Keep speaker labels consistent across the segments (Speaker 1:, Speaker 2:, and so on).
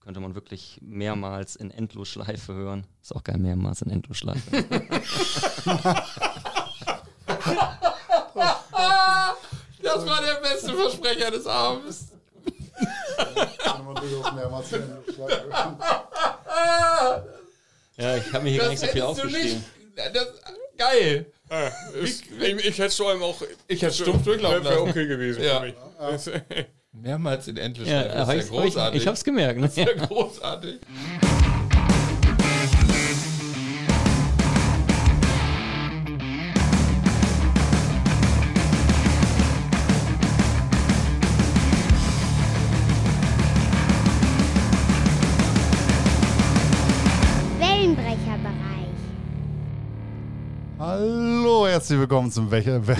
Speaker 1: Könnte man wirklich mehrmals in Endlosschleife hören. Ist auch geil, mehrmals in Endlosschleife.
Speaker 2: Das war der beste Versprecher des Abends.
Speaker 3: Kann man durchaus mehrmals hören. Ich weiß-
Speaker 1: ja, ich habe mir hier gar nicht so viel aufgeschrieben.
Speaker 2: Das, geil.
Speaker 4: Ah, ist, ich, ich hätte es vor allem auch
Speaker 2: Ich hätte stumpf durchlaufen
Speaker 4: Wäre
Speaker 2: lassen.
Speaker 4: okay gewesen
Speaker 2: Ja.
Speaker 4: für mich.
Speaker 2: Mehrmals in endlich.
Speaker 1: Ja,
Speaker 2: das
Speaker 1: hab ich,
Speaker 2: ist ja
Speaker 1: hab ich,
Speaker 2: großartig.
Speaker 1: ich hab's gemerkt. Ne?
Speaker 2: ja großartig.
Speaker 5: Wellenbrecherbereich.
Speaker 3: Hallo, herzlich willkommen zum Welcher. Wel-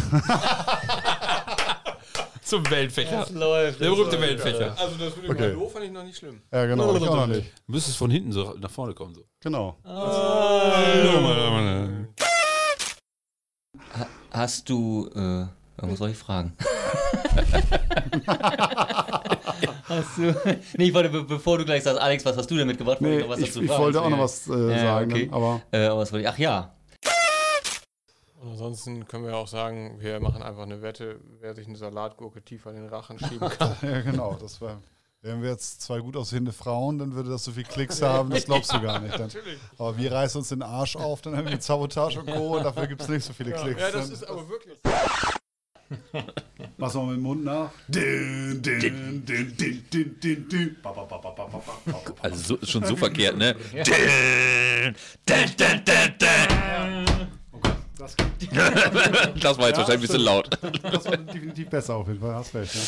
Speaker 2: Zum Weltfächer.
Speaker 1: läuft.
Speaker 2: Der berühmte Weltfächer.
Speaker 4: Also das mit dem
Speaker 3: Okay.
Speaker 4: Hallo fand ich noch nicht schlimm.
Speaker 3: Ja, genau, ich auch noch nicht.
Speaker 6: Du müsstest von hinten so nach vorne kommen. So.
Speaker 3: Genau.
Speaker 4: Ah.
Speaker 1: Hast du, äh, was soll ich fragen? hast du, nee, ich wollte, be bevor du gleich sagst, Alex, was hast du denn mitgebracht? Wollte
Speaker 3: Nee,
Speaker 1: noch was
Speaker 3: ich,
Speaker 1: dazu
Speaker 3: ich
Speaker 1: fragen.
Speaker 3: wollte auch noch
Speaker 1: Deswegen-
Speaker 3: was äh,
Speaker 1: Ja,
Speaker 3: sagen,
Speaker 1: okay.
Speaker 3: aber
Speaker 1: Äh, aber was wollte ich, ach ja.
Speaker 4: Und ansonsten können wir auch sagen, wir machen einfach eine Wette, wer sich eine Salatgurke tiefer in den Rachen schieben kann.
Speaker 3: ja, genau, das war. Wären wir jetzt zwei gut aussehende Frauen, dann würde das so viel Klicks haben, das glaubst du gar nicht. Dann. Aber wir reißen uns den Arsch auf, dann haben wir Sabotage und Co. und dafür gibt es nicht so viele Klicks.
Speaker 4: ja, das
Speaker 3: Dann-
Speaker 4: ist aber wirklich.
Speaker 3: Mach's mal mit dem Mund nach. Din, din, din, din, din, din, din. Ba, ba, ba, ba, ba, ba, ba, ba, ba.
Speaker 7: Also so, schon so verkehrt, ne? Dün, dün, dün, dün, dün.
Speaker 3: Das,
Speaker 7: Das war jetzt wahrscheinlich ein bisschen laut.
Speaker 3: das war definitiv besser auf jeden Fall, hast recht. Ja.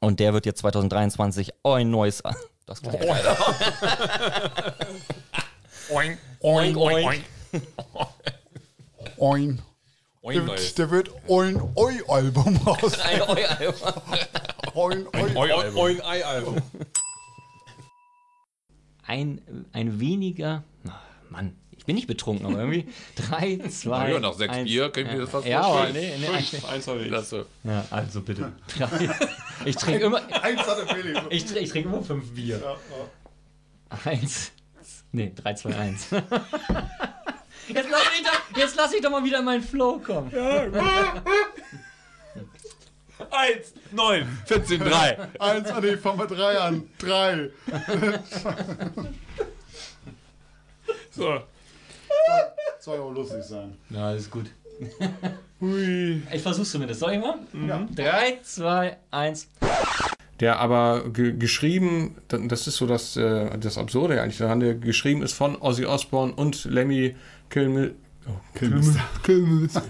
Speaker 1: Und der wird jetzt 2023 ein neues. Das klang ja geil.
Speaker 4: Oink, oink, oink, oink.
Speaker 3: Oin. Der wird, der wird Oin Oi Album raus.
Speaker 1: Ein Euer.
Speaker 3: Oin Oi.
Speaker 4: Oink, oink, ei, also.
Speaker 1: ein, ein weniger. Na, Mann, ich bin nicht betrunken, aber irgendwie. Drei, zwei.
Speaker 7: Ja, nach sechs
Speaker 1: eins.
Speaker 7: Bier kann ich mir das fast
Speaker 1: Ja, aber
Speaker 7: vorstellen.
Speaker 1: nee, nee, ein-
Speaker 4: Eins habe ich.
Speaker 7: Klasse.
Speaker 1: ja, also bitte. Drei. Ich trinke immer,
Speaker 3: Eins hat er Felix.
Speaker 1: ich, trinke- ich trinke immer fünf Bier. Eins. Nee, drei, zwei, eins. Jetzt lass mich doch, jetzt lass mich doch mal wieder in meinen Flow kommen.
Speaker 6: 1, 9, 14, 3.
Speaker 3: Eins, ah, nee, fangen wir drei an. Drei.
Speaker 4: So.
Speaker 3: Soll ja auch lustig sein.
Speaker 1: Na, alles gut. Ich versuch's zumindest. Soll ich mal? Drei, zwei, eins.
Speaker 4: Der aber ge geschrieben, da- das ist so das, äh, das Absurde eigentlich daran, der geschrieben ist von Ozzy Osbourne und Lemmy Kilmister. Oh, Kilmister.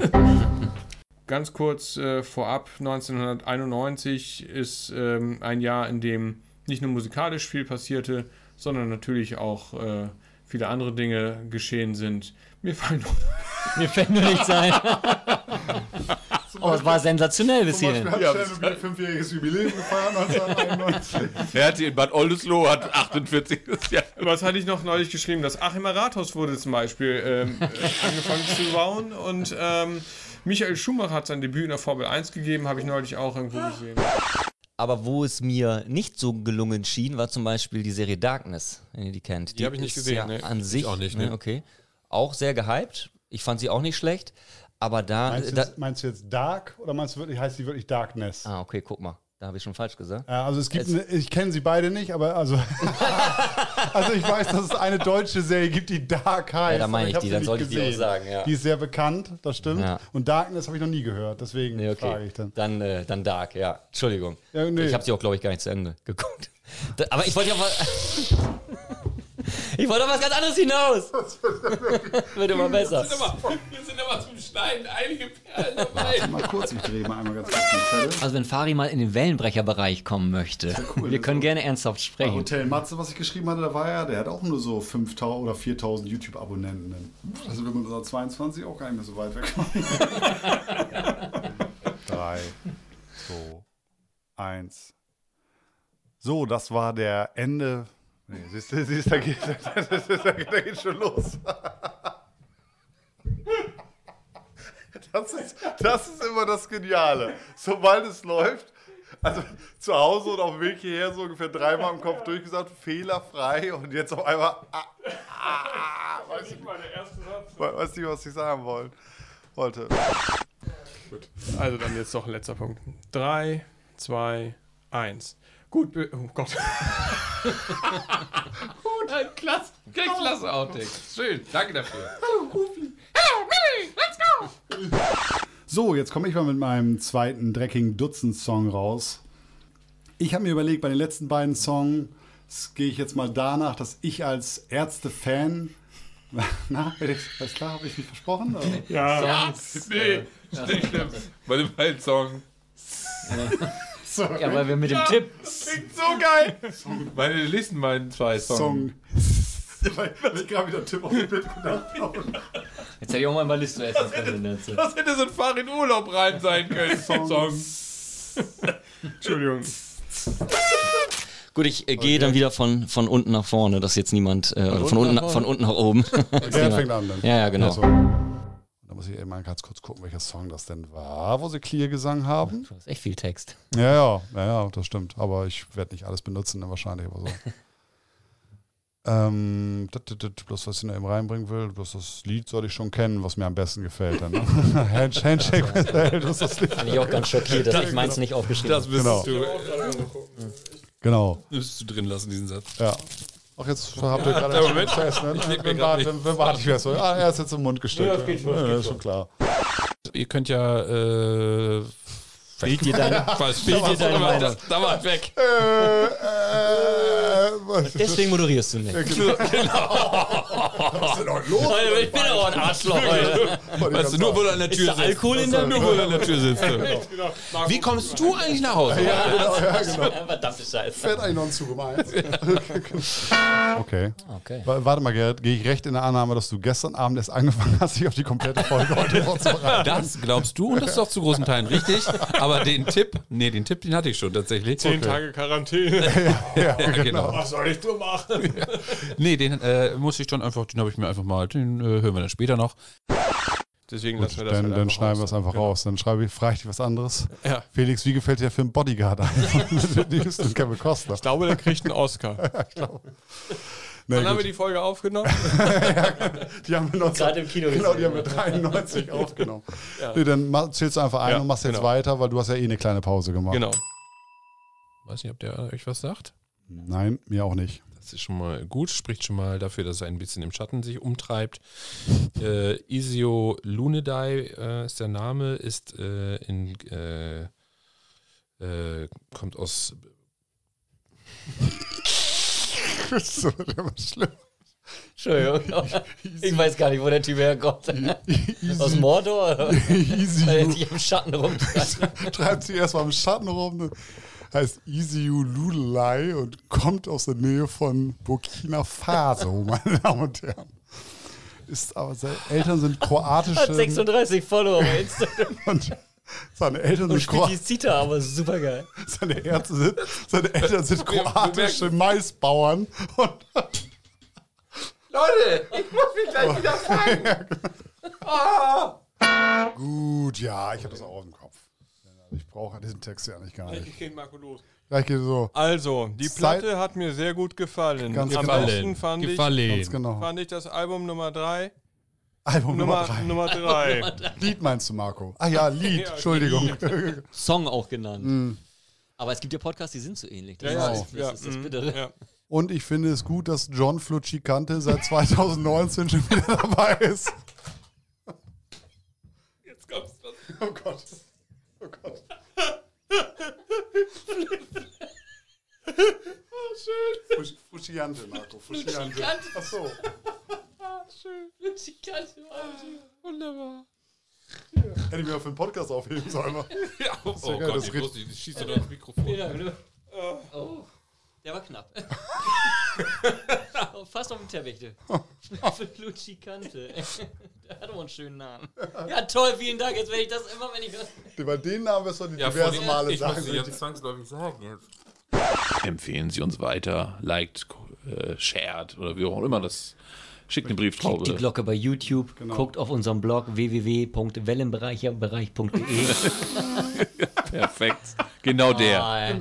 Speaker 4: Ganz kurz äh, vorab, 1991 ist ähm, ein Jahr, in dem nicht nur musikalisch viel passierte, sondern natürlich auch äh, viele andere Dinge geschehen sind. Mir fallen
Speaker 1: Mir fällt nur nichts ein. oh, es war sensationell bis
Speaker 3: Zum Beispiel
Speaker 1: hierhin.
Speaker 3: hat Tschernobyl fünfjähriges Jubiläum gefeiert 1991.
Speaker 7: Er hat hier in Bad Oldesloe hat 48. Jahr.
Speaker 4: Was hatte ich noch neulich geschrieben? Das Achimer Rathaus wurde zum Beispiel ähm, äh, angefangen zu bauen und ähm, Michael Schumacher hat sein Debüt in der Formel 1 gegeben, habe ich neulich auch irgendwo gesehen.
Speaker 1: Aber wo es mir nicht so gelungen schien, war zum Beispiel die Serie Darkness, wenn ihr die kennt. Die,
Speaker 4: habe ich nicht
Speaker 1: ist
Speaker 4: gesehen,
Speaker 1: Ja
Speaker 4: ne.
Speaker 1: An sich.
Speaker 6: auch nicht,
Speaker 1: ne,
Speaker 6: ne.
Speaker 1: Okay. Auch sehr gehypt. Ich fand sie auch nicht schlecht. Aber da.
Speaker 3: Meinst du,
Speaker 1: da
Speaker 3: jetzt, meinst du jetzt Dark oder meinst du wirklich, heißt die wirklich Darkness?
Speaker 1: ah, okay, guck mal. Da habe ich schon falsch gesagt.
Speaker 3: Ja, Also es gibt,
Speaker 1: Es-
Speaker 3: eine, ich kenne sie beide nicht, aber also, also ich weiß, dass es eine deutsche Serie gibt, die Dark heißt.
Speaker 1: Ja, da meine
Speaker 3: aber
Speaker 1: ich
Speaker 3: hab
Speaker 1: die,
Speaker 3: sie
Speaker 1: dann
Speaker 3: nicht
Speaker 1: sollte ich die auch sagen, ja.
Speaker 3: Die ist sehr bekannt, das stimmt.
Speaker 1: Ja.
Speaker 3: Und Darkness habe ich noch nie gehört, deswegen
Speaker 1: Nee, okay.
Speaker 3: frage ich dann.
Speaker 1: äh, dann Dark, ja. Entschuldigung.
Speaker 3: Ja, nee.
Speaker 1: Ich habe sie auch, glaube ich, gar nicht zu Ende geguckt. Da, aber ich wollte ja was. ich wollte auf was ganz anderes hinaus. Wird immer besser.
Speaker 2: Wir sind aber zum Schneiden einige Perlen dabei.
Speaker 3: Mal kurz, ich drehe mal einmal ganz kurz den Zettel.
Speaker 1: Also wenn Fari mal in den Wellenbrecherbereich kommen möchte,
Speaker 3: cool,
Speaker 1: wir
Speaker 3: das
Speaker 1: können
Speaker 3: ist-
Speaker 1: gerne ernsthaft
Speaker 3: Bei
Speaker 1: sprechen.
Speaker 3: Hotel Matze, was ich geschrieben hatte, da war ja, der hat auch nur so 5.000 oder 4.000 YouTube-Abonnenten. Also wenn man unser 22 auch gar nicht mehr so weit weg Drei, zwei, eins. So, das war der Ende. Nee, siehst du, siehst du, da geht, da geht schon los. Das ist, das ist immer das Geniale. Sobald es läuft, Also zu Hause und auf dem Weg hierher so ungefähr dreimal im Kopf durchgesagt, fehlerfrei und jetzt auf einmal. Ah, ah, weiß, ich, we- weiß nicht, was ich sagen wollen, wollte.
Speaker 4: Also dann jetzt noch ein letzter Punkt. 3, 2, 1. Gut, be- oh Gott. Oh,
Speaker 2: Ein klasse, kein klasse Outtake. Schön, danke dafür.
Speaker 3: So, jetzt komme ich mal mit meinem zweiten dreckigen Dutzend-Song raus. Ich habe mir überlegt, bei den letzten beiden Songs gehe ich jetzt mal danach, dass ich als Ärzte-Fan. Na, hätte ich- alles klar, habe ich nicht versprochen? Aber-
Speaker 2: Nee, nicht schlimm. Bei dem alten Song.
Speaker 1: Ja, weil wir mit dem Tipp.
Speaker 2: Klingt so geil. Meine nächsten beiden zwei Songs.
Speaker 3: Song. ich gerade wieder Tipp auf den Bild gedacht.
Speaker 1: Jetzt hätte ich auch mal mal Liste essen können. Das ist
Speaker 2: Das hätte so ein Fahr in Urlaub rein sein können. Song.
Speaker 4: Entschuldigung.
Speaker 1: Gut, ich äh, gehe dann wieder von, von unten nach vorne, dass jetzt niemand. Äh, oder von, unten nach, von unten nach oben. Dass
Speaker 3: Der
Speaker 1: niemand-
Speaker 3: fängt an dann.
Speaker 1: Ja, ja, genau.
Speaker 3: Also, da muss ich eben mal ganz kurz gucken, welcher Song das denn war, wo sie Clear gesungen haben.
Speaker 1: Du hast echt viel Text.
Speaker 3: Ja, ja, ja, ja, das stimmt. Aber ich werde nicht alles benutzen, dann wahrscheinlich aber so. ähm, dat, dat, dat, bloß was ich noch eben reinbringen will, bloß das Lied soll ich schon kennen, was mir am besten gefällt. Dann, ne? Handsh- Handshake with the Hell, bloß das Lied.
Speaker 1: Bin ich auch ganz schockiert, dass ich meins nicht aufgeschrieben habe.
Speaker 3: Genau,
Speaker 6: Du
Speaker 3: genau,
Speaker 6: müsstest du drin lassen, diesen Satz.
Speaker 3: ja. Ach, jetzt habt ihr gerade einen Scheiß, ne?
Speaker 6: leg mir
Speaker 3: Wenn
Speaker 6: grad
Speaker 3: wart-
Speaker 6: nicht.
Speaker 3: wenn- wenn warte ich wieder so. Ah, er ist jetzt im Mund gesteckt. Ja, ja, ist schon klar.
Speaker 6: Ihr könnt ja. Äh, Bild dir deine, was, Bild dir
Speaker 1: deine Meinung.
Speaker 6: das, da war weg.
Speaker 3: Äh, äh, was ist
Speaker 1: Deswegen moderierst du nicht.
Speaker 2: Genau.
Speaker 3: denn heute los?
Speaker 1: Alter, ich bin aber ein Arschloch, Alter.
Speaker 6: Weißt du, nur weil du an der Tür
Speaker 1: Ist da
Speaker 6: sitzt.
Speaker 1: Alkohol in der genau.
Speaker 6: nur weil du an der Tür sitzt.
Speaker 4: Genau.
Speaker 6: Wie kommst du eigentlich nach Hause?
Speaker 3: Ja, genau, ja, genau.
Speaker 1: Verdammte Scheiße.
Speaker 3: Fährt eigentlich noch ein Zug um eins.
Speaker 1: Okay.
Speaker 3: Okay. genau. Wa- Warte mal, Gerrit, gehe ich recht in der Annahme, dass du gestern Abend erst angefangen hast, dich auf die komplette Folge heute vorzubereiten?
Speaker 6: Das glaubst du und das ist auch zu großen Teilen richtig. Aber den Tipp, nee, den Tipp, den hatte ich schon tatsächlich.
Speaker 4: Zehn Tage Quarantäne.
Speaker 3: Ja,
Speaker 6: genau.
Speaker 4: Was soll ich nur machen?
Speaker 6: Nee, den äh, muss ich dann einfach, den habe ich mir einfach mal, den äh, hören wir dann später noch.
Speaker 4: Deswegen lassen wir das
Speaker 3: Dann,
Speaker 4: halt
Speaker 3: dann
Speaker 4: einfach
Speaker 3: schneiden wir
Speaker 4: raus.
Speaker 3: es einfach raus. Dann schreibe ich, frage ich dich was anderes.
Speaker 4: Ja.
Speaker 3: Felix, wie gefällt dir der Film Bodyguard an? Mit Houston Kevin Costner.
Speaker 4: Ich glaube, der kriegt einen Oscar.
Speaker 3: Nee,
Speaker 4: Dann haben wir
Speaker 3: gut.
Speaker 4: die Folge aufgenommen.
Speaker 3: die haben wir 19,
Speaker 1: Gerade im Kino
Speaker 3: Genau, die
Speaker 1: gesehen.
Speaker 3: haben wir 93 aufgenommen. Nee, dann ma- zählst du einfach ein
Speaker 4: Ja,
Speaker 3: und machst jetzt
Speaker 4: genau.
Speaker 3: weiter, weil du hast ja eh eine kleine Pause gemacht.
Speaker 4: Genau.
Speaker 6: Weiß nicht, ob der euch was sagt.
Speaker 3: Nein, mir auch nicht.
Speaker 6: Das ist schon mal gut, spricht schon mal dafür, dass er ein bisschen im Schatten sich umtreibt. Äh, Isio Lunedai äh, ist der Name, ist äh, in, äh, äh, kommt aus
Speaker 3: Das wird immer schlimm.
Speaker 1: Entschuldigung. Ich weiß gar nicht, wo der Typ herkommt. Aus Mordor? oder?
Speaker 3: Easy
Speaker 1: Weil er
Speaker 3: You.
Speaker 1: sich im Schatten rumtreibt.
Speaker 3: Treibt sich erstmal im Schatten rum. ne? Heißt Easy You Ludelei und kommt aus der Nähe von Burkina Faso, meine Damen und Herren. Ist aber seine Eltern sind
Speaker 1: Hat
Speaker 3: kroatische
Speaker 1: 36 Follower bei Instagram
Speaker 3: und seine Eltern
Speaker 1: und
Speaker 3: sind
Speaker 1: spielt
Speaker 3: Kroa
Speaker 1: die Zita, aber super geil.
Speaker 3: seine, Ärzte sind, seine Eltern sind
Speaker 2: wir
Speaker 3: kroatische Maisbauern und
Speaker 2: Leute, ich muss mich gleich wieder fangen. Ah.
Speaker 3: gut, ja, ich habe das auch im Kopf. Ich brauche diesen Text ja nicht gar nicht.
Speaker 4: kriege Marco los.
Speaker 3: Gleich geht so
Speaker 4: Also, die Platte hat mir sehr gut gefallen.
Speaker 3: Ganz
Speaker 4: Am
Speaker 3: gefallen.
Speaker 4: besten fand ich,
Speaker 3: ganz genau.
Speaker 4: fand ich das Album Nummer 3.
Speaker 3: Album Nummer
Speaker 4: Nummer
Speaker 3: 3.
Speaker 4: 3.
Speaker 3: Lied meinst du, Marco? Ah ja, Lied, Entschuldigung.
Speaker 1: Song auch genannt. Aber es gibt ja Podcasts, die sind so ähnlich. Das
Speaker 4: Mm. Ja,
Speaker 1: ist,
Speaker 4: ich- ja,
Speaker 1: das, ist das
Speaker 4: mm,
Speaker 1: Bittere.
Speaker 4: ja.
Speaker 3: Und ich finde es gut, dass John Flucicante seit 2019 schon wieder dabei ist.
Speaker 2: Jetzt kommst du.
Speaker 3: Oh Gott. Oh Gott. oh, schön. Flucicante, Marco. Flucicante. Ach so.
Speaker 2: Wunderbar.
Speaker 3: Hätte ich mir für den Podcast aufheben sollen.
Speaker 2: Ja, oh,
Speaker 3: ja
Speaker 2: oh
Speaker 3: geil,
Speaker 2: Gott,
Speaker 3: das
Speaker 2: das ich
Speaker 3: riecht-
Speaker 2: wusste, ich schieße doch ins Mikrofon.
Speaker 1: Ja, genau. Oh, der war knapp. Fast auf dem Teppich, du. Flucci Kante. Der hat aber einen schönen Namen. Ja, toll, vielen Dank. Jetzt werde ich das immer, wenn ich das.
Speaker 3: Bei den Namen wirst du die
Speaker 2: Ja, vor
Speaker 3: diverse
Speaker 2: dem-
Speaker 3: Male
Speaker 2: ich muss
Speaker 3: sagen.
Speaker 2: sie ja zwangsläufig sagen jetzt.
Speaker 7: Empfehlen Sie uns weiter, liked, äh, shared oder wie auch immer das
Speaker 2: Schickt eine
Speaker 8: Klickt die
Speaker 2: Brieftaube.
Speaker 8: Glocke bei YouTube, guckt auf unserem Blog www.wellenbereicherbereich.de.
Speaker 2: Perfekt. Genau der.
Speaker 8: Ah, ey.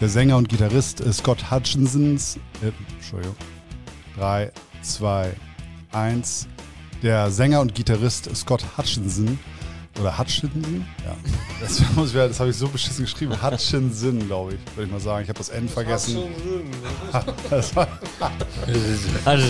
Speaker 3: Der Sänger und Gitarrist äh, Scott Hutchinsons, äh, Entschuldigung, 3, 2, 1. Der Sänger und Gitarrist Scott Hutchinson, oder Hutchinson? Ja. Das, muss ich- das habe ich so beschissen geschrieben. Hutchinson, glaube ich, würde ich mal sagen. Ich habe das N vergessen. Das war,
Speaker 8: Also,